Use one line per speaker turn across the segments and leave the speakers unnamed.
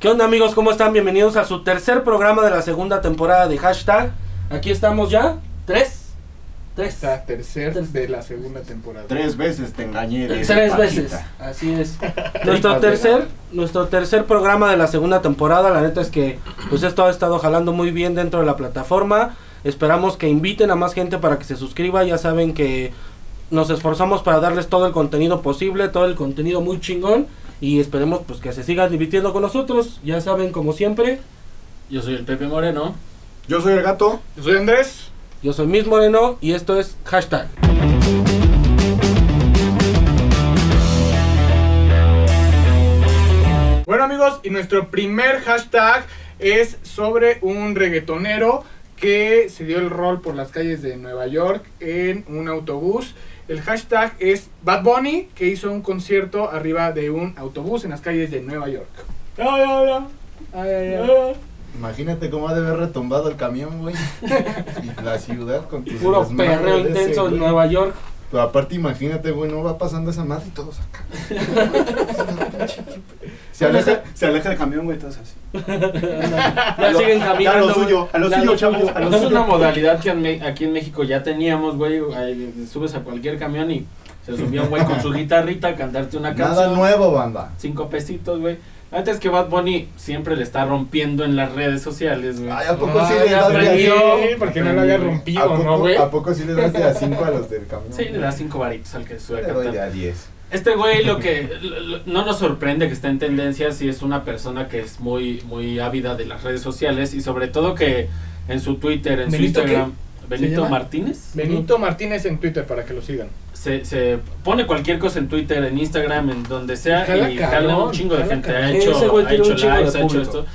¿Qué onda amigos? ¿Cómo están? Bienvenidos a su tercer programa de la segunda temporada de hashtag. Aquí estamos ya. ¿Tres? Tres.
Esta tercer de la segunda temporada.
Tres veces te engañé. de
Tres
patita.
veces. Así es. nuestro tercer, nuestro tercer programa de la segunda temporada. La neta es que pues esto ha estado jalando muy bien dentro de la plataforma. Esperamos que inviten a más gente para que se suscriba. Ya saben que nos esforzamos para darles todo el contenido posible, todo el contenido muy chingón y esperemos pues que se sigan divirtiendo con nosotros. Ya saben como siempre,
Yo soy el Pepe Moreno.
Yo soy el gato.
Yo soy Andrés.
yo soy Miss Moreno y esto es hashtag.
Bueno amigos, y nuestro primer hashtag es sobre un reggaetonero que se dio el rol por las calles de Nueva York en un autobús. El hashtag es Bad Bunny, que hizo un concierto arriba de un autobús en las calles de Nueva York.
Imagínate cómo ha de haber retumbado el camión, güey. y la ciudad con tus
Puro
desmadres
perreo
de ese,
intenso en
güey.
Nueva York.
Pero aparte, imagínate, güey, no va pasando esa madre y todos acá. se, aleja, se aleja el camión, güey, todos así.
ya
lo-
siguen
ya
caminando.
lo suyo, a lo
Ya
suyo, chavos, a lo
Es
suyo.
una modalidad que en Me- aquí en México ya teníamos, güey. ahí Subes a cualquier camión y se subía un güey con su guitarrita a cantarte una canción.
Nada nuevo, banda.
Cinco pesitos, güey. Antes que Bad Bunny siempre le está rompiendo en las redes sociales, güey.
Ay, ¿a poco
Ah,
sí le
ya
das de
aprendí,
a
porque no lo había rompido,
¿A poco,
¿no, güey?
¿A poco sí le das de a cinco a los del camión?
Sí, le da cinco varitos al que sube a
Le doy de
cantar.
a diez.
Este güey lo que lo- lo- no nos sorprende que esté en tendencia si es una persona que es muy muy ávida de las redes sociales y sobre todo que en su Twitter, en su
¿Benito
Instagram,
¿Se
Benito
llama?
Martínez
Benito Martínez en Twitter para que lo sigan.
se, se pone cualquier cosa en Twitter, en Instagram, en donde sea,
Y jala
y
cabrón,
jala un chingo de
jala
gente.
cabrón.
Ha
Sí,
hecho,
ese güey
ha
tiene
hecho
un chingo de
lives, ha hecho
público.
esto.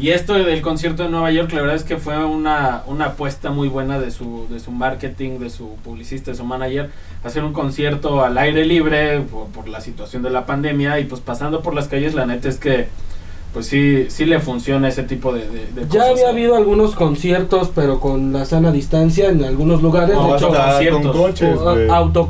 Y esto del concierto de Nueva York, la verdad es que fue una, una apuesta muy buena de su, de su marketing, de su publicista, de su manager, hacer un concierto al aire libre por, por la situación de la pandemia y pues pasando por las calles, la neta es que pues sí, sí le funciona ese tipo de, de- de
Ya
cosas.
había habido algunos conciertos, pero con la sana distancia en algunos lugares.
No,
de hecho,
hasta
con
conciertos.
coches,
o,
güey.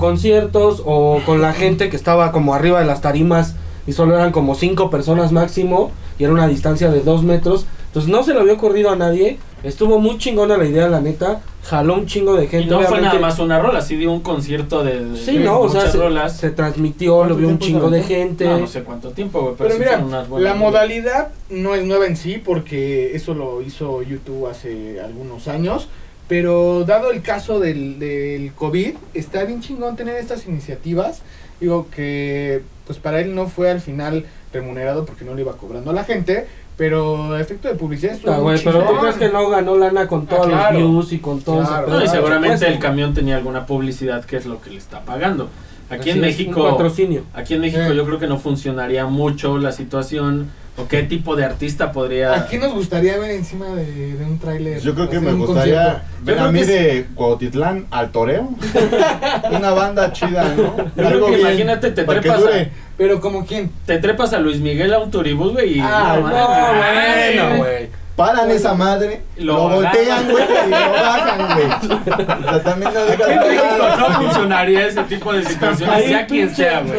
autoconciertos o con la gente que estaba como arriba de las tarimas y solo eran como cinco personas máximo y era una distancia de dos metros. Entonces no se le había ocurrido a nadie. Estuvo muy chingona la idea, la neta. Jaló un chingo de
Y
gente.
no fue nada
obviamente-
más una rola, sí dio un concierto de, de-
Sí,
de
no, o sea,
muchas
se,
rolas.
se transmitió,
¿Cuánto
lo vio un
tiempo
chingo de
tardó?
gente.
No, no sé cuánto tiempo, güey, pero,
Pero
sí
mira,
fueron unas buenas
la modalidad no es nueva en sí porque eso lo hizo YouTube hace algunos años, pero dado el caso del, del COVID, está bien chingón tener estas iniciativas. Digo que pues para él no fue al final remunerado porque no le iba cobrando a la gente, pero a efecto de publicidad estuvo
Puta, Ah,
muy
güey, pero ¿tú
chingón.
crees que no ganó lana con todos
claro.
los views y con todo ese
Claro.
Ah, No, y
pedo?
seguramente el
Por
camión tenía alguna publicidad que es lo que le está pagando.
supuesto. Así
Aquí en
es, un
México,
patrocinio.
aquí en México
Eh.
yo creo que no funcionaría mucho la situación o qué tipo de artista podría
¿A quién nos gustaría ver encima de, de un tráiler?
Yo creo que
hacer
me
un
gustaría
concierto?
ver
Yo creo
a mí
que
de Cuautitlán al toreo. Una banda chida, ¿no?
creo que imagínate, te
para que
trepas a-
dure.
Pero como quién?
te trepas a Luis Miguel a un turibús, güey, y
Ah, no,
no, mames,
bueno,
güey.
Paran esa madre,
Lo
lo,
bajan.
voltean, güey, y lo bajan, güey. O sea, también no
Aquí en México no
digas-
funcionaría ese tipo de situaciones,
Ahí,
sea quien
pinche-
sea, güey.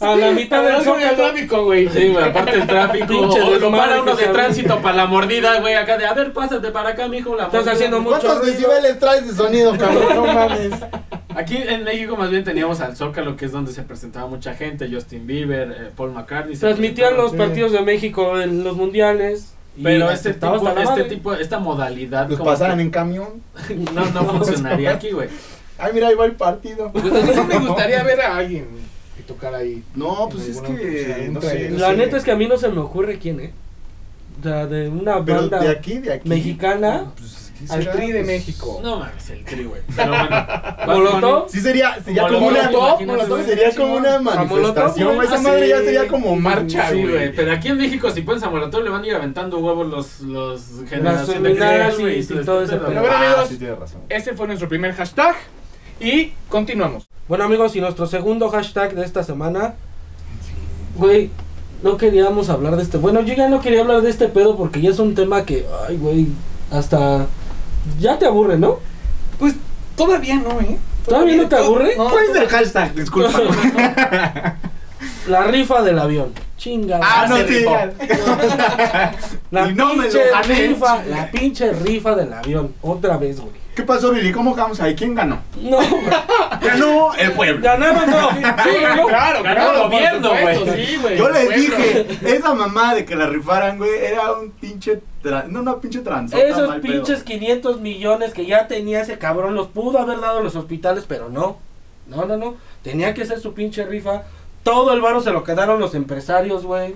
A la mitad del zócalo.
tráfico, güey.
Sí, güey, aparte el tráfico,
Pinche
o lo
desmadre
para
que
uno de
se abre.
tránsito para la mordida, güey, acá de, a ver, pásate para acá, mijo, la
Estás
mordida".
haciendo mucho
¿Cuántos
ruido.
decibeles traes de sonido, cabrón? No mames.
Aquí en México más bien teníamos al Zócalo, que es donde se presentaba mucha gente, Justin Bieber, eh, Paul McCartney. se
Transmitían los
presentaba.
Sí.
partidos de México en los mundiales. y
Pero este
estaba
tipo,
hasta la
este
madre.
tipo, esta modalidad
Los
como
pasaran
que
Pues en camión.
no, no funcionaría aquí, güey.
Ay, mira, ahí va el partido.
sí me gustaría ver a alguien que tocar ahí.
No, pues es que. No sé.
no
La
sé.
neta es que a mí no se me ocurre quién, ¿eh? O sea, de una
Pero
banda
de aquí, de aquí.
mexicana.
Pues, ¿qué
Al
será?
tri de
Pues,
México.
No mames, el tri, güey. Pero bueno. Bad
Molotov.
Sí sería, sería
Molotov,
como una
¿te imaginas,
Molotov
güey?
sería como una
Molotov,
manifestación,
güey.
güey. Esa
Ah,
madre
sí.
ya sería como
Bunny,
marcha,
sí, güey.
güey.
Pero aquí en México, si pones a Molotov, le van a ir aventando huevos los, los generación de
feminazis
cristal, güey,
y todo ese
este pedo.
pedo.
A ver, amigos.
Ah, sí tienes razón.
Ese fue nuestro primer hashtag. Y continuamos.
Bueno, amigos, y nuestro segundo hashtag de esta semana. Güey, no queríamos hablar de este. Bueno, yo ya no quería hablar de este pedo porque ya es un tema que, ay, güey, hasta. Ya te aburre, ¿no?
Pues todavía no, ¿eh?
¿Todavía no te aburre?
No,
¿Cuál es el hashtag? Disculpa.
La rifa del avión. Chinga.
Ah, no,
madre.
sí.
La
Y no me lo
pinche
gané.
rifa, la pinche rifa del avión. Otra vez, güey.
¿Qué pasó, Billy? ¿Cómo vamos ahí? ¿Quién ganó?
No,
Ganó el pueblo.
ganaba no. Sí, ganó.
Claro,
Ganó el
claro,
gobierno,
por supuesto,
güey.
Sí, güey.
Yo les
Bueno,
dije, esa mamá de que la rifaran, güey, era un pinche. tra- No, una pinche transota.
Esos
mal pedo.
pinches 500 millones que ya tenía ese cabrón los pudo haber dado a los hospitales, pero no. No, no, no. Tenía que ser su pinche rifa. Todo el varo se lo quedaron los empresarios, güey.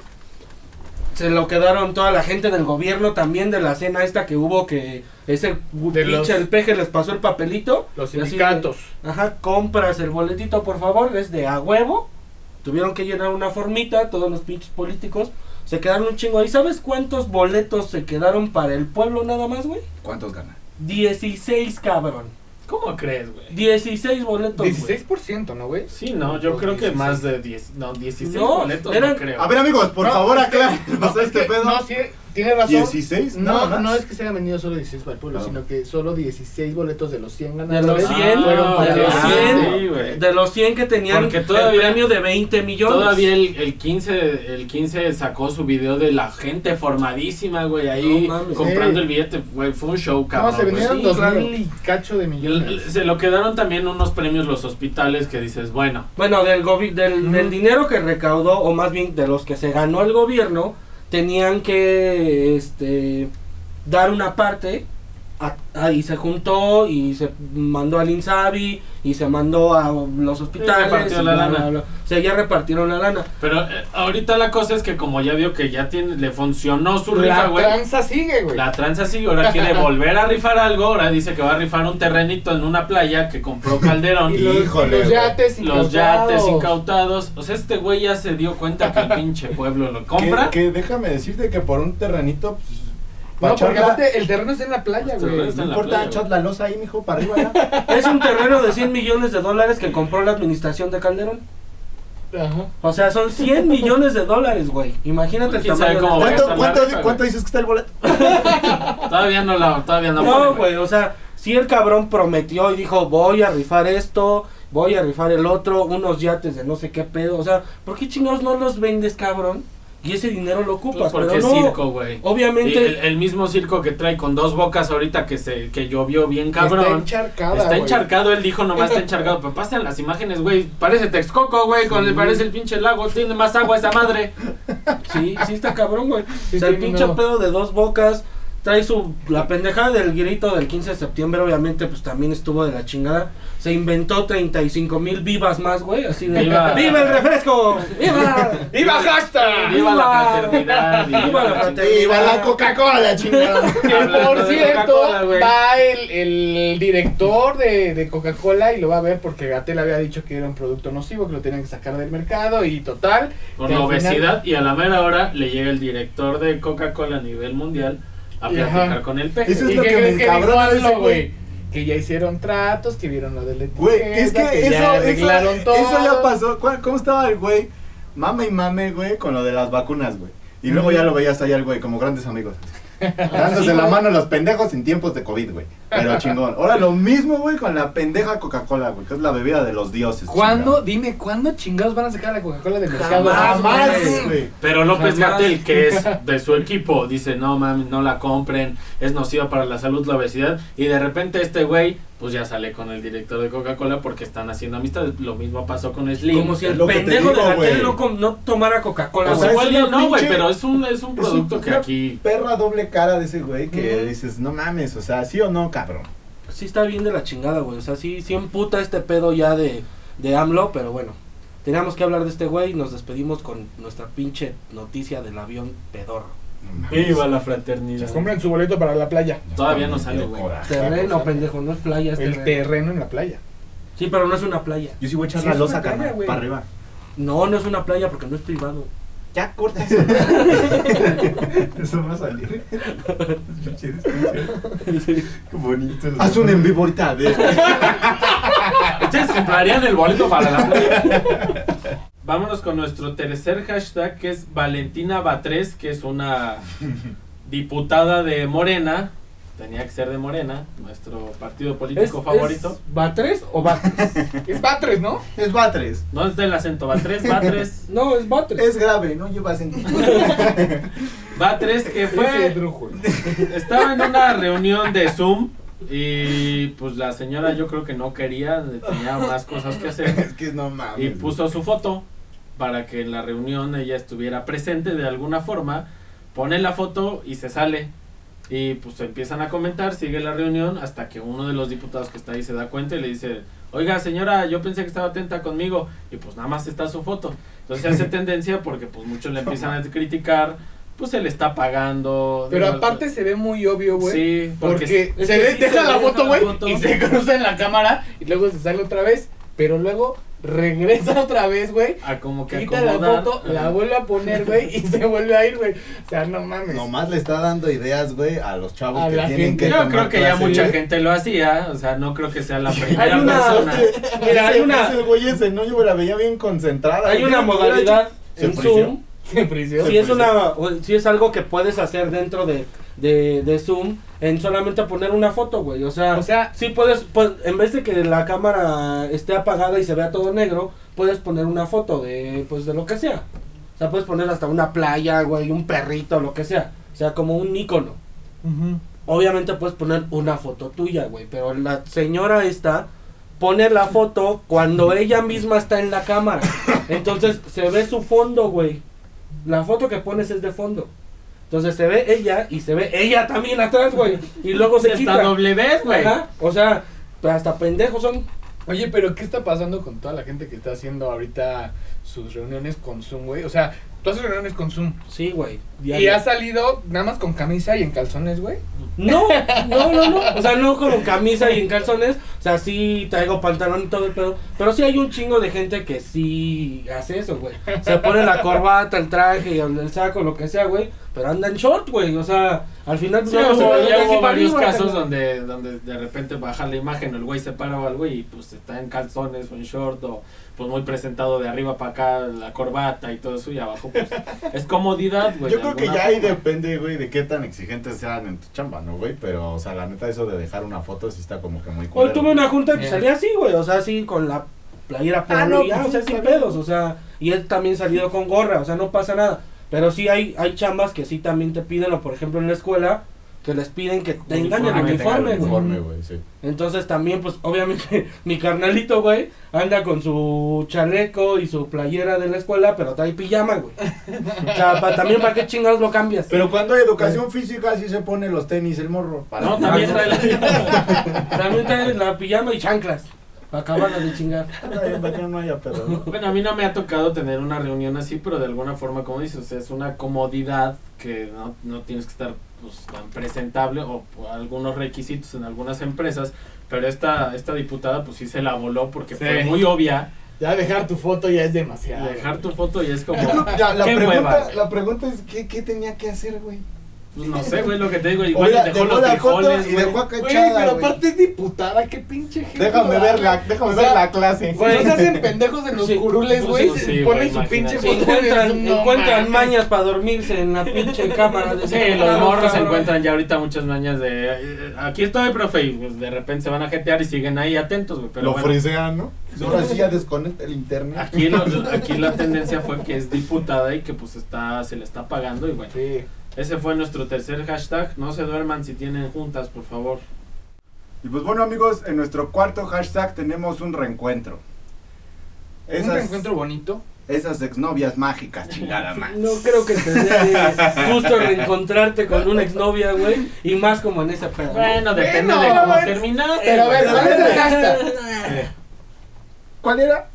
Se lo quedaron toda la gente del gobierno también de la cena esta que hubo que ese pinche
De los-
el peje les pasó el papelito.
Los
Y así de,
sindicatos.
Ajá, compras el boletito, por favor, es de a huevo. Tuvieron que llenar una formita, todos los pinches políticos. Se quedaron un chingo ahí. ¿Sabes cuántos boletos se quedaron para el pueblo nada más, güey?
¿Cuántos ganan?
16, cabrón.
¿Cómo crees, güey?
16 boletos. güey.
16%, ¿no, güey?
Sí, no, yo creo que más de 10, no, 16
No,
boletos,
eran-
no creo.
A ver, amigos, por
No,
favor,
es que-
aclárenos
es
este
que-
pedo.
No, sí, tiene razón.
16,
No,
nada
no,
más.
es que se hayan vendido solo 16 para el pueblo,
Ah.
sino que solo 16 boletos de los 100
De los
ganadores.
100,
fueron para
de los
la-
Ah,
100,
sí, güey.
de los 100 que tenían
Porque todavía-
el premio de 20 millones.
Todavía el, el 15 el 15 sacó su video de la gente formadísima, güey, ahí
No mames.
comprando
Sí.
el billete, güey, fue un show,
No,
cabrón.
se
güey.
vendieron
sí,
2
claro.
mil y cacho de
Y el-
millones.
se lo quedaron también unos premios los hospitales que dices, bueno,
Bueno, del, gobi- del, del dinero que recaudó, o más bien de los que se ganó el gobierno, tenían que este, dar una parte. a- a- y se juntó y se mandó al Insabi y se mandó a los hospitales.
repartió
y
la
bla,
lana.
bla, bla. O sea, ya repartieron la lana.
pero eh, ahorita la cosa es que como ya vio que ya tiene le funcionó su rifa,
La
güey.
tranza sigue, güey.
La tranza sí, ahora quiere volver a rifar algo, ahora dice que va a rifar un terrenito en una playa que compró Calderón.
Y los,
Híjole,
los
güey.
yates
los yates
incautados.
incautados. O sea, este güey ya se dio cuenta que el pinche pueblo lo compra.
Que, que déjame decirte que por un terrenito, pues. pa'
No, porque
echarla-
aparte el terreno está en la playa,
Los
güey.
terrenos
No
en la
importa,
playa,
echad la losa ahí, mijo, para arriba ya.
Es un terreno de 100 millones de dólares que compró la administración de Calderón.
Ajá.
O sea, son 100 millones de dólares, güey. Imagínate el
¿Quién
tamaño
sabe
de-
cómo va a
¿Cuánto,
estar
cuánto-
la rifa,
cuánto
güey?
dices que está el boleto?
Todavía no la, todavía no. pone,
No, güey, o sea, si el cabrón prometió y dijo, voy a rifar esto, voy a rifar el otro, unos yates de no sé qué pedo, o sea, ¿por qué chingados no los vendes, cabrón? Y ese dinero lo ocupas,
Pues porque
pero
es
no.
circo, güey. Y
Obviamente,
El, el mismo circo que trae con dos bocas ahorita que se que llovió bien
Está
cabrón.
encharcada,
Está
güey.
encharcado, él dijo nomás está encharcado. Pero pasan las imágenes, güey. Parece Texcoco, güey. Con le parece el pinche lago. Tiene más agua esa madre.
sí, sí está cabrón, güey.
Sí,
o sea, el
sí,
pinche
no.
pedo de dos bocas, trae su, la pendejada del grito del 15 de septiembre, obviamente, pues también estuvo de la chingada. Se inventó 35 mil vivas más, güey, así de,
Viva.
¡viva el refresco! ¡Viva!
¡Viva hashtag!
Viva
Viva.
la fraternidad. Viva,
Viva la
la
fraternidad.
¡Viva la Coca-Cola, chingada!
Hablando
Por
de
cierto,
Coca-Cola, güey.
va el, el director de, de Coca-Cola y lo va a ver porque Gatel había dicho que era un producto nocivo, que lo tenían que sacar del mercado y total.
Por
que
la
al
obesidad. Y a la mera hora le llega el director de Coca-Cola a nivel mundial a
Ajá.
platicar con el peje.
final-
Eso es
¿Y
lo
qué
que me
crees dijo
encabrona de
AMLO,
ese
güey? Que ya hicieron tratos, que vieron lo del etiqueta,
Güey, es que,
que ya
eso, eso,
arreglaron todo.
eso ya pasó. ¿Cuál- ¿Cómo estaba el güey? Mame y mame, güey, con lo de las vacunas, güey. Y luego ya lo veías ahí al güey, como grandes amigos. Dándose la mano a los pendejos en tiempos de COVID, güey. Pero chingón. Ahora lo mismo, güey, con la pendeja Coca-Cola, güey, que es la bebida de los dioses.
¿Cuándo?
chingado.
Dime, ¿cuándo chingados van a sacar a la Coca-Cola del mercado?
Jamás,
güey.
güey.
Pero López
Jamás.
Gatel, que es de su equipo, dice, no mami, no la compren, es nociva para la salud, la obesidad. Y de repente este güey, pues ya sale con el director de Coca-Cola porque están haciendo amistades. Lo mismo pasó con Slim.
Como si el
lo que te
pendejo
digo,
de la
güey.
tele no, com- no tomara Coca-Cola,
Pues
O sea,
güey.
igual
es
ya
una
no, güey,
pinche-
pero es un, es un
Es
producto
un-
que
una
aquí...
Perra doble cara de ese güey que
Ujú.
dices, no mames, o sea, sí o no, cabrón.
Sí está bien de la chingada, güey. O sea, sí, sí emputa este pedo ya de, de AMLO, pero bueno. Teníamos que hablar de este güey y nos despedimos con nuestra pinche noticia del avión pedorro.
No mames.
la fraternidad.
Se compran su boleto para la playa.
Todavía
Está
no
muy
sale,
bien,
güey.
coraje,
Terreno,
cosa.
pendejo, no es playa,
Este
es
El
terreno.
terreno en la playa.
Sí, pero no es una playa.
Yo sí voy a echar
Sí,
la
es
losa,
una cara,
carnal,
güey.
para arriba.
No, no es una playa porque no es privado.
Ya, corta eso. eso va a salir. Qué bonito. Haz un en vivo ahorita. De...
Ustedes comprarían el boleto para la playa. Vámonos con nuestro tercer hashtag que es Valentina Batres, que es una diputada de Morena tenía que ser de Morena, nuestro partido político favorito.
¿Es ¿Batres o Batres? es Batres, ¿no?
Es Batres.
No es del acento, va tres, va tres,
No, es Batres.
Es grave, no lleva sentido.
va tres que
Ese
fue.
drújula.
Estaba en una reunión de Zoom y pues la señora yo creo que no quería, tenía más cosas que hacer
es que no mames.
y puso su foto para que en la reunión ella estuviera presente de alguna forma, pone la foto y se sale. Y pues empiezan a comentar, sigue la reunión hasta que uno de los diputados que está ahí se da cuenta y le dice, oiga señora, yo pensé que estaba atenta conmigo y pues nada más está su foto. Entonces hace tendencia porque pues muchos le empiezan a criticar, pues se le está pagando.
Pero
digo,
aparte se ve muy obvio, güey.
Sí,
Porque
es
se
que
ve,
sí
deja
se
la
ve,
foto,
deja
güey,
la foto.
y se cruza en la cámara y luego se sale otra vez, pero luego regresa otra vez, güey.
a como que
Quita la
acomodar.
foto, la
Ajá.
vuelve a poner, güey, y se vuelve a ir, güey. O sea, no mames.
Nomás le está dando ideas, güey, a los chavos
A
que
la
tienen
gente.
que
Yo
tomar
creo que ya
clase,
mucha
güey.
gente lo hacía, o sea, no creo que sea la primera
una-
persona.
Mira, hay una-
Es el güey ese, ¿no? Yo la veía bien concentrada.
Hay una
Mira, mira,
modalidad
¿Se
en
ofreció?
Zoom.
Se frició.
Si es, una, o- si es algo que puedes hacer dentro de, de, de Zoom, en solamente poner una foto, güey. O sea,
O sea,
sí puedes, pues, en vez de que la cámara esté apagada y se vea todo negro, puedes poner una foto de, pues, de lo que sea. O sea, puedes poner hasta una playa, güey, un perrito, lo que sea. O sea, como un icono.
ujú.
Obviamente puedes poner una foto tuya, güey, pero la señora esta pone la foto cuando ella misma está en la cámara. Entonces se ve su fondo, güey. La foto que pones es de fondo. Entonces se ve ella y se ve ella también atrás, güey. Y luego se
Hasta
quita.
doble vez, güey.
Ajá, O sea, pues, hasta pendejos son.
Oye, pero ¿qué está pasando con toda la gente que está haciendo ahorita sus reuniones con Zoom, güey? O sea, tú haces reuniones con Zoom.
Sí, güey.
Y
diario.
has salido nada más con camisa y en calzones, güey.
No, no, no, no. O sea, no con camisa y en calzones. O sea, sí traigo pantalón y todo el pedo. Pero sí hay un chingo de gente que sí hace eso, güey. Se pone la corbata, el traje, el saco, lo que sea, güey. Pero anda en short, güey. O sea, al final.
Sí,
no,
o sea,
güey,
ya
así
hubo
para
varios
arriba,
casos
carnal.
donde, donde de repente baja la imagen, el güey se para o algo y pues está en calzones o en short o pues muy presentado de arriba para acá, la corbata y todo eso y abajo pues es comodidad, güey.
Yo
de
creo que
alguna
ya ahí
forma.
depende, güey, de qué tan exigentes sean en tu chamba, ¿no, güey? Pero, o sea, la neta, eso de dejar una foto sí está como que muy
Hoy
culero.
tuve una junta y pues,
Eh.
salí así, güey. O sea, así con la playera polo
no,
y ya,
pues,
o sea,
sí,
sin
está bien.
pedos. O sea, y él también salido con gorra, o sea, no pasa nada. Pero sí hay, hay chambas que sí también te piden, o por ejemplo en la escuela, que les piden que tengan el
Uniforme, tengan el
uniforme, güey.
Uniforme, güey, sí.
Entonces también, pues obviamente, mi carnalito, güey, anda con su chaleco y su playera de la escuela, pero trae pijama, güey. O sea, pa- también para qué chingados lo cambias.
Pero cuando hay educación física, sí se pone los tenis, el morro. para
No,
jugar,
también
güey.
trae la...
Ah, También trae la pijama y chanclas. Para acabarla de chingar.
Para que no haya pedo, ¿no?
Bueno, a mí no me ha tocado tener una reunión así, pero de alguna forma, como dices, es una comodidad que no, no tienes que estar pues, tan presentable o, o algunos requisitos en algunas empresas, pero esta, esta diputada pues sí se la voló porque
Sí.
fue muy obvia
Ya dejar tu foto ya es demasiado.
dejar tu
güey.
foto y es como,
Yo creo que ya, la,
Qué
pregunta,
hueva.
la pregunta es, ¿qué, qué tenía que hacer, güey?
pues, no sé, güey, lo que te digo, igual
Oiga,
y dejó
dejó
los
la foto
frijoles,
y
güey.
dejó a
Güey,
cachada,
pero
güey.
aparte es diputada, qué pinche gente.
Déjame
va,
ver
güey.
la, déjame
O
ver
sea,
la clase.
Güey, no se hacen pendejos en los
Sí.
curules,
Pues
güey.
sí,
se
güey,
ponen su
imagínate.
pinche
Sí,
foto. y
encuentran,
dices, no
encuentran
mames.
mañas para dormirse en la pinche cámara. De
Sí, los morros se encuentran ya ahorita muchas mañas de "Eh, eh, aquí estoy, profe, y pues, de repente se van a jetear y siguen ahí atentos, güey, pero
Lo
bueno.
frisean, ¿no? Ahora sí ya desconecta el internet.
Aquí, lo- aquí la tendencia fue que es diputada y que pues está se le está pagando y bueno.
Sí.
Ese fue nuestro tercer hashtag. No se duerman si tienen juntas, por favor.
Y pues bueno amigos, en nuestro cuarto hashtag tenemos un reencuentro.
Un
Esas,
reencuentro bonito.
esas exnovias mágicas, chingada madre.
No creo que te dé eh, gusto reencontrarte con una exnovia, güey. Y más como en esa peda. ¿no?
Bueno, depende
Bueno,
de cómo
bueno.
Eh,
terminaste. pues,
Pero a ver,
güey.
¿cuál es el hashtag?
¿Cuál era?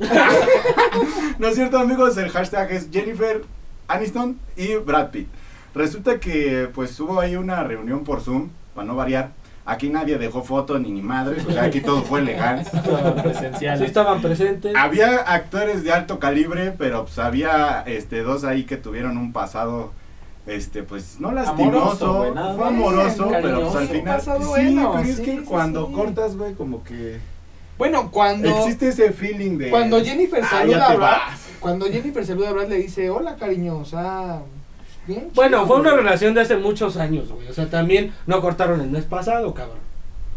no es cierto amigos, el hashtag es Jennifer Aniston y Brad Pitt. Resulta que pues hubo ahí una reunión por Zoom, para no variar. Aquí nadie dejó foto ni ni madres, o sea, aquí todo fue legal.
Estaban presenciales.
Sí estaban presentes.
Ah,
Había actores de alto calibre, pero pues había este dos ahí que tuvieron un pasado este pues no
Amoroso,
lastimoso,
güey, nada
fue
más.
amoroso, pero pues
Cariñoso,
al final
pasado
sí,
bueno,
pero es
sí,
que
sí,
cuando
sí.
cortas, güey, como que
Bueno, cuando.
existe ese feeling de
Cuando Jennifer
Ah,
saluda
ya
a
te
Brad,
vas.
cuando Jennifer saluda a Brad le dice, hola cariño, o sea, bien
Bueno,
chido,
fue una
güey.
relación de hace muchos años, güey. O sea, también no cortaron el mes pasado, cabrón.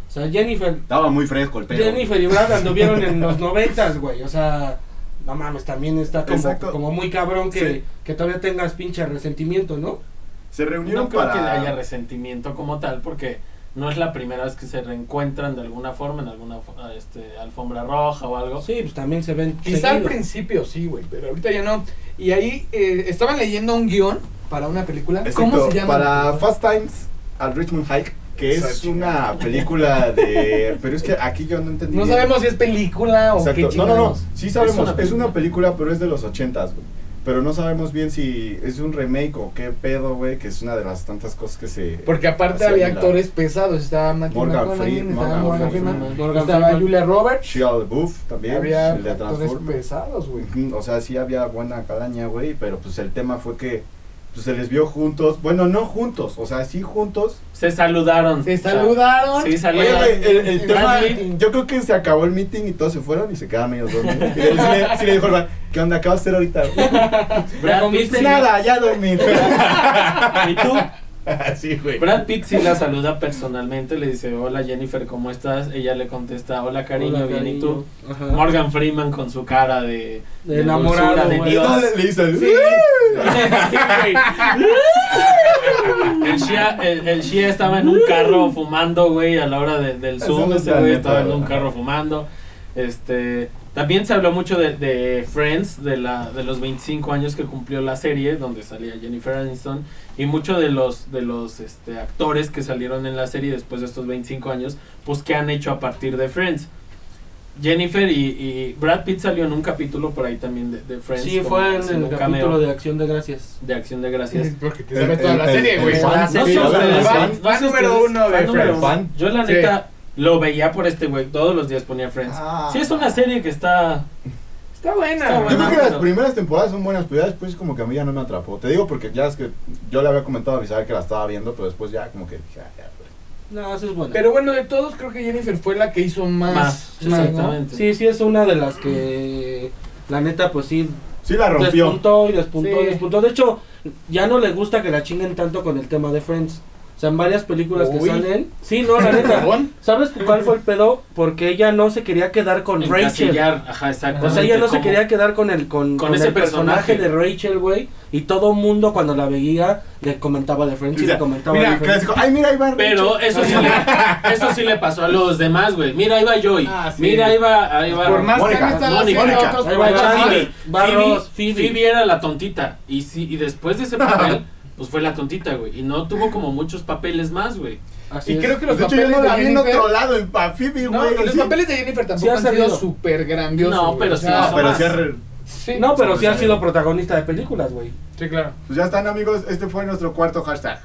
O sea, Jennifer,
Estaba muy fresco el pelo.
Jennifer y Brad anduvieron en los noventas, güey. O sea, no mames, también está como,
Exacto.
como muy cabrón que,
Sí.
que todavía tengas pinche resentimiento, ¿no?
Se reunieron
No creo
para.
que haya resentimiento como tal, porque no es la primera vez que se reencuentran de alguna forma en alguna fo- este, alfombra roja o algo.
Sí, pues también se ven.
Quizá al
seguido.
principio sí, güey, pero ahorita ya no. Y ahí eh, estaban leyendo un guión para una película. ¿Cómo
Exacto,
se llama?
Para Fast Times al Richmond High, que
Esa
es
chingada.
una película de. Pero es que aquí yo no entendí.
No
bien.
sabemos si es película o qué
Exacto. No, no,
chingados.
no. Sí sabemos.
Es
Es
una
una, película, pero es de los ochentas, güey. Pero no sabemos bien si es un remake o qué pedo, güey, que es una de las tantas cosas que se.
Porque aparte
hacían
había
en la-
actores pesados. Estaba Matthew
Morgan
McConaughey,
Freeman,
estaba Morgan
Morgan
Freeman,
Freeman,
Morgan
estaba
Freeman.
Julia Roberts.
Shia LaBeouf también,
había
el de
actores
Transformers.
pesados, güey.
Ujú, O sea, sí había buena calaña, güey, pero pues el tema fue que pues, se les vio juntos. Bueno, no juntos, o sea, sí juntos.
Se saludaron.
Se
O sea,
saludaron.
Sí,
Oye,
salieron.
güey, el, el
en
tema,
el meeting.
yo creo que se acabó el meeting y todos se fueron y se quedaron ellos dos. ¿no? Y le- sí le, sí le dijo el güey, ¿qué onda? ¿Qué vas a hacer ahorita?
Brad
No comiste
Pitt, sí-
Nada, ya dormí.
¿Y tú?
Así, güey.
Brad Pitt sí la saluda personalmente, le dice, hola Jennifer, ¿cómo estás? Ella le contesta, hola cariño,
Hola,
bien,
cariño.
¿y tú?
Ajá.
Morgan Freeman con su cara de,
De enamorado,
dulzura, de
güey.
Dios.
Le hizo el...
Sí.
Sí, güey. El Shia, el, el Shia estaba en un carro fumando, güey, a la hora de- del
Eso
Zoom.
no
Ese
está
güey
bien,
estaba en un
ajá.
carro fumando. Este, también se habló mucho de, de Friends, de, la, de los 25 años que cumplió la serie, donde salía Jennifer Aniston. Y muchos de los, de los este, actores que salieron en la serie después de estos 25 años, pues que han hecho a partir de Friends. Jennifer y, y Brad Pitt salió en un capítulo por ahí también de, de Friends.
Sí,
como
fue en
haciendo
el
un cameo
capítulo de Acción de Gracias.
de Acción de Gracias.
Sí, Porque te
El-
sabes toda
el-
la
el-
serie,
el
güey.
fan,
No sé
sí, el
ustedes,
fan,
fan-
fan
fan número uno de
Fan número
Friends.
uno.
Fan.
Yo la
Sí.
neta lo veía por este güey, todos los días ponía Friends.
Ah.
Sí, es una serie que está...
Está buena.
Está
Yo
buena.
creo que las primeras temporadas son buenas, pero ya después como que a mí ya no me atrapó. Te digo porque ya es que yo le había comentado a Isabel que la estaba viendo, pero después ya como que dije, ah, ya, güey.
No, eso es bueno.
Pero bueno, de todos creo que Jennifer fue la que hizo más.
Más,
¿no?
exactamente.
Sí, sí, es una de las que. La neta, pues sí,
Sí la rompió.
Despuntó y despuntó y
Sí.
despuntó. De hecho, ya no le gusta que la chinguen tanto con el tema de Friends. O sea, en varias películas que
Uy.
salen. Sí, no, la neta.
Perdón.
¿Sabes cuál fue el pedo? Porque ella no se quería quedar con Rachel.
Encasillar, ajá, exactamente.
O sea, ella no se
como-
quería quedar con el con,
Con ese
el
personaje.
de Rachel, güey. Y todo mundo cuando la veía le comentaba de Friends y
O sea,
le comentaba
mira,
de
que les
Friends.
dijo, ay, mira, ahí va
Pero eso sí, le, eso sí le pasó a los demás, güey. Mira, ahí va Joy.
Ah, sí.
Mira, ahí va... Ahí va
Por más
Mónica,
que han estado
Mónica,
haciendo
Mónica.
otros
Ahí va
programas,
Chandler.
Phoebe, Phoebe,
Barros, Phoebe.
Phoebe era la tontita. Y, sí, y después de ese papel, pues fue la tontita, güey. Y no tuvo como muchos papeles más, güey.
Así
Y
es.
creo que los
de hecho, yo
papeles
no
de
la vi en
Jennifer.
otro lado, en Pafibi,
No,
güey.
y los
así.
papeles de Jennifer tampoco
ha
han sido
salido.
súper grandiosos.
No,
güey,
pero
o sea,
Ah,
son
pero
más.
sí, arre-
sí.
No, pero sí ha
Sobresale.
sido protagonista de películas, güey.
Sí, claro.
pues ya están, amigos. Este fue nuestro cuarto hashtag.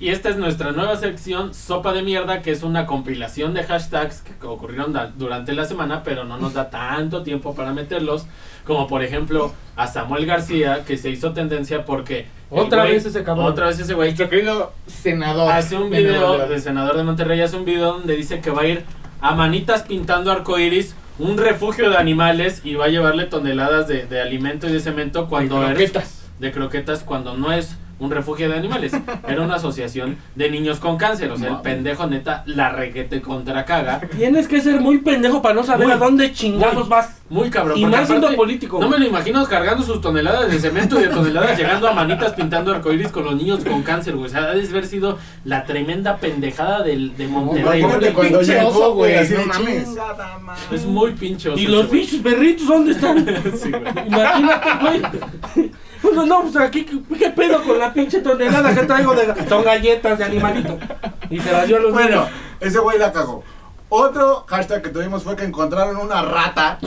Y esta es nuestra nueva sección Sopa de Mierda, que es una compilación de hashtags que ocurrieron da- durante la semana, pero no nos da tanto tiempo para meterlos. Como por ejemplo a Samuel García, que se hizo tendencia porque. el
Otra
güey-
vez ese cabrón.
Otra vez ese güey.
Nuestro querido senador.
Hace un
de Nuevo
video
León.
del senador de Monterrey, hace un video donde dice que va a ir a manitas pintando arcoiris, un refugio de animales y va a llevarle toneladas de, de alimento y de cemento cuando
De
eres
croquetas.
de croquetas cuando no es un refugio de animales, era una asociación de niños con cáncer, o sea, el
Mami.
pendejo neta la reguete contra caga,
Tienes que ser muy pendejo para no saber
Muy,
a dónde chingados
muy.
vas.
muy cabrón.
Y
porque
más siendo
aparte,
político.
No me
güey.
lo imagino cargando sus toneladas de cemento y de toneladas llegando a manitas pintando arcoíris con los niños con cáncer, güey. O sea, ha de haber sido la tremenda pendejada del, de Monterrey.
Imagínate
Imagínate cuando
pinche
llegó,
oso,
güey,
güey,
así
no
de
mames.
chingada madre.
Es muy pinche.
¿Y
oso
los
ese güey.
bichos perritos dónde están?
Sí, güey.
Imagínate, güey. Uno, no, pues aquí, ¿qué, qué pedo con la pinche tonelada que traigo de... ga- Son galletas de animalito. Y se las dio a los
Bueno,
niños.
ese güey la cagó. Otro hashtag que tuvimos fue que encontraron una rata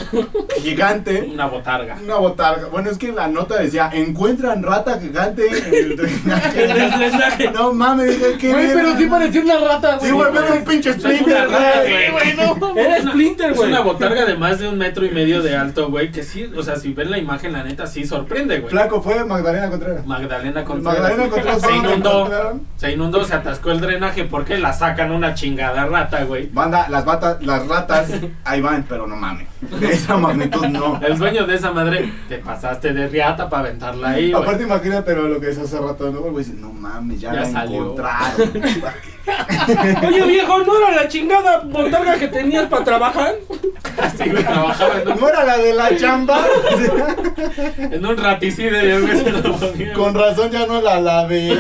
gigante.
Una botarga.
Una botarga. Bueno, es que la nota decía, encuentran rata gigante en el
En el
drenaje.
drenaje.
No mames, dije, ¿qué
Güey, pero
verga?
sí parecía una rata, güey.
Sí, güey, pero un pinche
Es una
splinter,
rata,
güey.
güey.
Era
Es una-
Splinter,
Es
güey.
una botarga de más de un metro y medio de alto, güey. Que sí, o sea, si ven la imagen, la neta sí sorprende, güey.
Flaco fue Magdalena Contreras.
Magdalena Contreras.
Magdalena Contreras
se
fue la que
inundó.
encontraron.
Se inundó, se atascó el drenaje porque la sacan una chingada rata, güey.
Banda, las, batas, las ratas, ahí van, pero no mames. De esa magnitud no.
El dueño de esa madre, te pasaste de riata para aventarla ahí, güey.
Aparte, imagínate lo que es hace rato, ¿no? El güey dice, no mames, ya,
Ya
la
salió.
encontraron.
Oye, viejo, ¿no era la chingada montarga que tenías para trabajar?
Así, güey, trabajaba en un,
¿No era la de la chamba?
en un raticide, yo creo que se lo ponía.
Con razón ya no la lavé.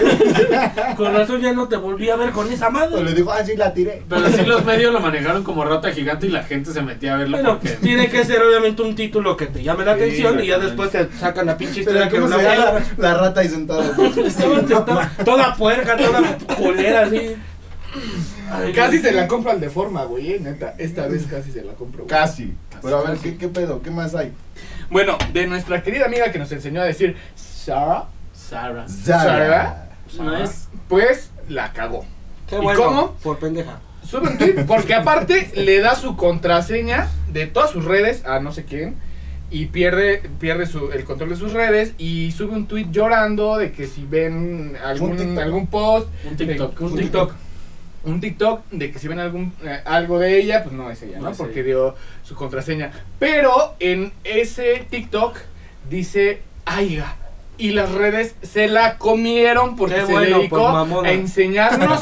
Con razón ya no te volví a ver con esa
Le
madre.
dijo, ah, sí, la tiré.
Pero sí los medios lo manejaron como rata gigante y la gente se metía a verlo
Bueno,
porque...
tiene que ser obviamente un título que te llame la
Sí,
atención y ya
exactamente.
después te sacan la pinche historia
Pero
que
¿cómo
una
se ve
abuela-
la, la rata ahí sentada?
Estaba sentada, toda puerca, toda culera así. Ay,
Casi
güey.
se la compro al de forma, güey, eh, neta. Esta vez casi se la compro. güey.
Casi.
Pero a ver, ¿qué, qué pedo? ¿Qué más hay?
Bueno, de nuestra querida amiga que nos enseñó a decir Sara,
Sara.
Zara.
No es...
pues la cagó.
Qué
¿Y cómo?
Por pendeja.
Sube un tweet porque aparte le da su contraseña de todas sus redes a no sé quién y pierde pierde su- el control de sus redes y sube un tweet llorando de que si ven
Un
algún
TikTok.
algún post
Un
de-
TikTok.
un TikTok un TikTok de que si ven algún eh, algo de ella pues no es ella,
No
¿no?
es
Porque
ella.
dio su contraseña, pero en ese TikTok dice Aiga y las redes se la comieron porque
Qué
se
bueno, pues,
dedicó
mamona.
a enseñarnos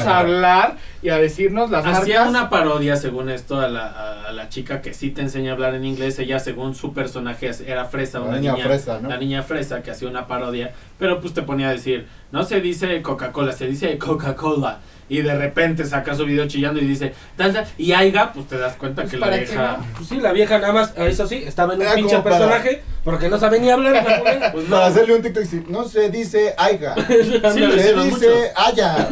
a hablar y a decirnos las
Hacía
marcas.
una parodia, según esto, a la, a- a la chica que sí te enseña a hablar en inglés. Ella, según su personaje, era fresa,
La
una
niña
niña,
fresa, ¿no?
La niña fresa que hacía una parodia, pero pues te ponía a decir, no se dice Coca-Cola, se dice Coca-Cola. Y de repente saca su video chillando y dice, tal, tal, y Aiga, pues te das cuenta
Pues,
que la
¿para qué
deja...
Pues sí, la vieja nada más, eso sí, estaba en un
Era
pinche
como para-
personaje porque no sabe ni hablar. la culera.
Pues
Para
no,
hacerle un TikTok, sí, no se dice Aiga.
sí, lo
se
hicieron muchos.
dice Aya.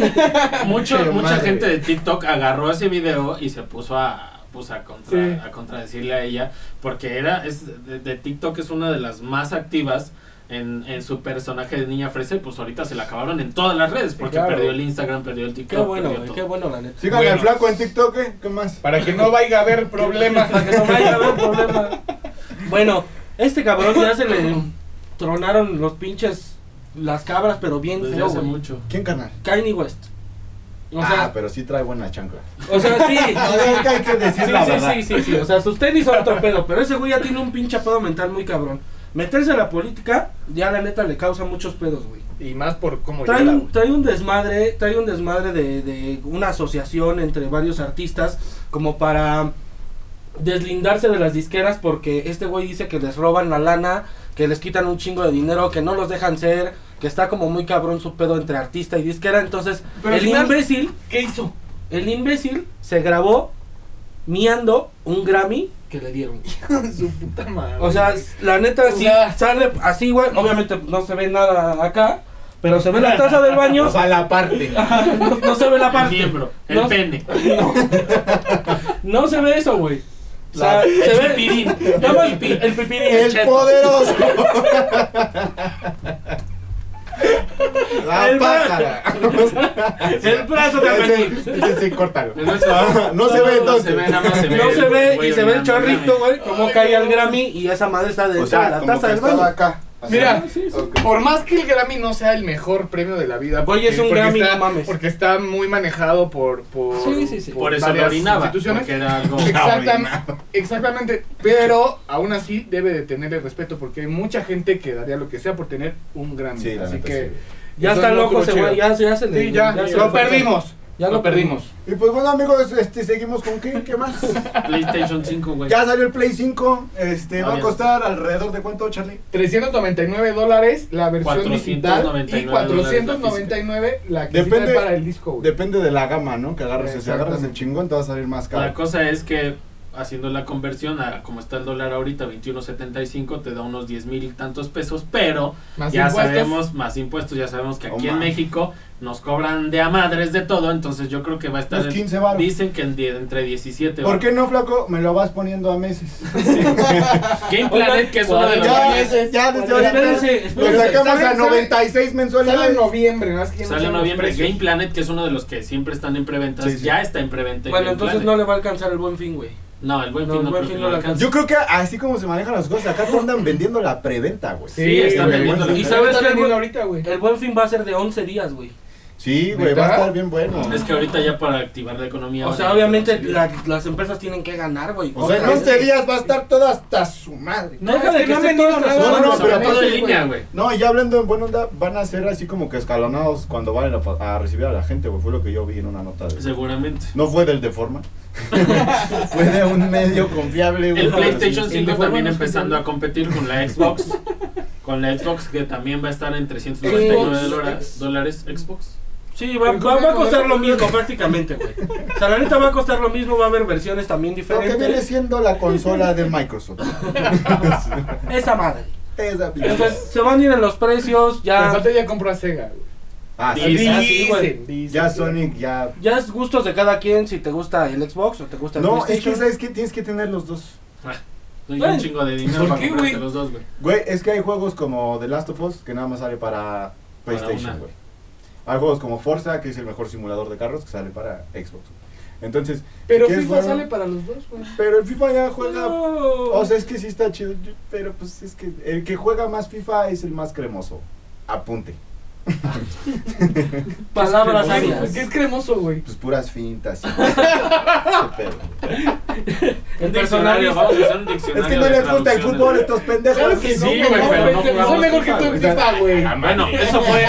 Mucho-
Qué
mucha
madre.
gente de TikTok agarró ese video y se puso a, pues, a, contra,
Sí.
a contradecirle a ella, porque era es de, de TikTok es una de las más activas en, en su personaje de niña fresa y pues ahorita se la acabaron en todas las redes, porque
Claro.
perdió el Instagram, perdió el
Qué
TikTok.
bueno,
perdió
güey,
todo.
qué bueno la neta.
Síganle al
Bueno.
flaco en TikTok, ¿eh? ¿Qué más?
Para que no vaya a haber problemas.
Para que no vaya a haber problema. Bueno, este cabrón ya se le tronaron los pinches las cabras, pero bien
Desde
feo,
hace
güey.
mucho.
¿Quién carnal?
Kanye West. O
ah,
sea,
pero sí trae buena chancla.
o sea, sí.
A ver, es que hay que decir
Sí,
la
sí,
verdad.
sí, sí, sí, O sea, sus tenis son otro pedo, pero ese güey ya tiene un pinche pedo mental muy cabrón. Meterse a la política, ya la neta le causa muchos pedos, güey.
Y más por cómo
Trae
llora,
un,
güey.
trae un desmadre, trae un desmadre de, de una asociación entre varios artistas como para deslindarse de las disqueras porque este güey dice que les roban la lana, que les quitan un chingo de dinero, que no los dejan ser, que está como muy cabrón su pedo entre artista y disquera, entonces
Pero al
el
final-
imbécil,
¿Qué hizo?
el imbécil se grabó miando un Grammy que le dieron.
Su puta madre.
O sea, la neta,
O
sí,
sea-
sale así, güey. Obviamente no se ve nada acá, pero se ve la taza del baño.
O sea, la parte.
Ajá, no, no se ve la
El
parte.
miembro, el
No.
pene,
No se ve eso, güey. O sea,
La-
se
el
ve
pipirín,
Nada más
el
el
pipí.
pipirín.
El
cheto.
poderoso. La
El
pájara.
El brazo de Benny.
Ese- ese sí, córtalo.
No se-
No se ve
se ve,
entonces.
nada más se ve.
No se ve
güey
y se ve el
orinando,
chorrito, güey, como cae al Grammy y esa madre está dentro
O
de
sea,
la
como
taza
que
del baño.
estaba acá. Así.
Mira,
Ok.
por más que el Grammy no sea el mejor premio de la vida,
Oye, es un Grammy,
está,
no mames.
Porque está muy manejado por. por
Sí, sí, sí.
Por eso lo
varias
orinaba,
instituciones.
porque era algo...
Exactam-
orinaba.
exactamente, pero aún así debe de tener el respeto porque hay mucha gente que daría lo que sea por tener un Grammy.
Sí, la
así
neta,
que
sí.
Ya
eso
está
no
loco
estuvo
ese
chido.
güey, ya, ya se le.
Sí, ya,
se le
lo
fue.
perdimos.
Ya lo perdimos.
Y pues bueno amigos, este, seguimos con qué, qué más.
PlayStation 5, güey.
Ya salió el Play 5, este, va a
Obvio.
costar alrededor de cuánto, Charlie.
399 dólares la versión digital y
499
499 la que sí
Depende-
trae para el disco. güey.
Depende de la gama, ¿no? Que agarres. Si agarras el
Exactamente.
chingón te va a salir más
La
caro.
cosa es que haciendo la conversión a como está el dólar ahorita, 21.75, te da unos 10 mil y tantos pesos, pero
Más
ya
impuestos.
sabemos, más impuestos, ya sabemos que
No
aquí en
mames.
México nos cobran de a madres de todo, entonces yo creo que va a estar...
Unos
en-
15 varos.
Dicen que en die- entre 17.
¿Por
varos.
qué no, flaco? Me lo vas poniendo a meses.
Game Planet, que es uno de los...
ya,
más-
ya, ya, desde ahorita.
Espérense,
Lo
espérense.
sacamos a
¿Saben?
96
Sale en
mensualidades.
noviembre, más que ya no
Sale en
saben los
noviembre
precios.
Game Planet, que es uno de los que siempre están en preventa,
Sí, sí.
ya está en preventa.
Bueno,
Game
entonces no
Planet.
le va a alcanzar el buen fin, güey.
No, el buen
No,
fin
el
no,
Buen
creo que
Fin
lo
no lo
alcanza.
Yo creo que así como se manejan las cosas, acá te andan vendiendo la preventa, güey.
Sí, están
güey.
vendiendo la
¿Y sabes
Están
qué,
vendiendo
güey?
ahorita, güey?
El buen fin va a ser de 11 días, güey.
Sí, güey, va a
¿Neta?
estar bien bueno.
Es que ahorita ya para activar la economía.
O
van
sea,
a-
obviamente la- las empresas tienen que ganar, güey.
O sea, en
Otra vez.
11 días va a estar todo hasta su madre.
No, deja
es
de
que
que
no han
esté
vendido
todo hasta
nada,
su
no, no,
madre,
pero
sobre todo en
aparte,
línea, güey.
No, y ya hablando en buena onda, van a ser así como que escalonados cuando vayan a, pa- a recibir a la gente, güey. Fue lo que yo vi en una nota. de-
Seguramente.
No fue del de forma. fue de un medio confiable, güey.
El PlayStation
Sí.
5
juego
también
no se
empezando
llama.
a competir con la Xbox. con la Xbox que también va a estar en 399
Xbox,
dólares.
X.
dólares Xbox.
Sí, va, va- va a costar lo mismo prácticamente, güey. O sea, la neta va a costar lo mismo, va a haber versiones también
Lo que viene
diferentes.
siendo la consola de Microsoft.
Esa madre.
Esa pinche.
Entonces, se van a ir en los precios,
La
ya,
falta ya compró a Sega, güey.
Ah, sí.
Dicen,
güey.
dicen.
Ya Sonic, ya.
ya es gustos de cada quien si te gusta el Xbox o te gusta el
No, es que
PlayStation.
sabes que tienes que tener los dos.
Doy
Bueno,
un chingo de dinero
¿por
para
qué,
comprarte
güey?
los dos, güey.
Güey, es que hay juegos como The Last of Us que nada más sale para PlayStation,
una.
güey. Hay juegos como Forza, que es el mejor simulador de carros, que sale para Xbox. güey. Entonces,
Pero
¿qué es
FIFA
bueno?
sale para los dos, güey.
pero el FIFA ya juega.
No.
O sea, es que sí está chido, yo- pero pues es que el que juega más FIFA es el más cremoso. Apunte.
palabras
Ay,
Ay, Dios.
güey,
áridas.
que es cremoso, güey.
Pues puras fintas. y- Ese pedo.
El
Un diccionario,
personario.
vamos a hacer un diccionario.
Es que no
de
les gusta el
traducciones,
fútbol
güey.
estos pendejos.
Claro que
sí,
no,
güey,
güey.
pero no
no, güey,
jugamos
Soy mejor que
FIFA,
tú en
güey. O sea,
FIFA, güey.
Ah, Bueno, eso fue.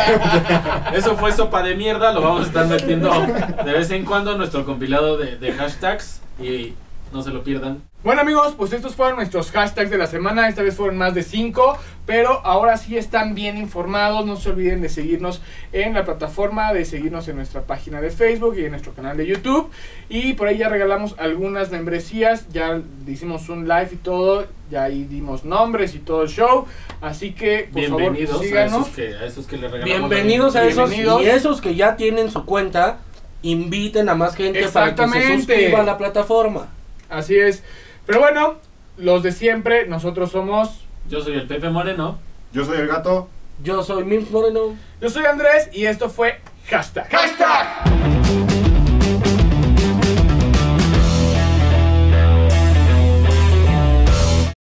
Eso fue sopa de mierda. Lo vamos a estar metiendo de vez en cuando en nuestro compilado de, de hashtags. Y no se lo pierdan.
Bueno amigos, pues estos fueron nuestros hashtags de la semana, esta vez fueron más de 5, pero ahora sí están bien informados, no se olviden de seguirnos en la plataforma, de seguirnos en nuestra página de Facebook y en nuestro canal de YouTube y por ahí ya regalamos algunas membresías, ya hicimos un live y todo, ya ahí dimos nombres y todo el show, así que por
Bienvenidos
favor
a, esos
síganos.
que, a esos que les regalamos.
Bienvenidos a esos
Bienvenidos.
y esos que ya tienen su cuenta, inviten a más gente para que se
Exactamente.
suscriba a la plataforma.
Así es, pero bueno, los de siempre, nosotros somos...
Yo soy el Pepe Moreno.
Yo soy el gato.
Yo soy Mims Moreno.
Yo soy Andrés y esto fue hashtag. ¡Hashtag!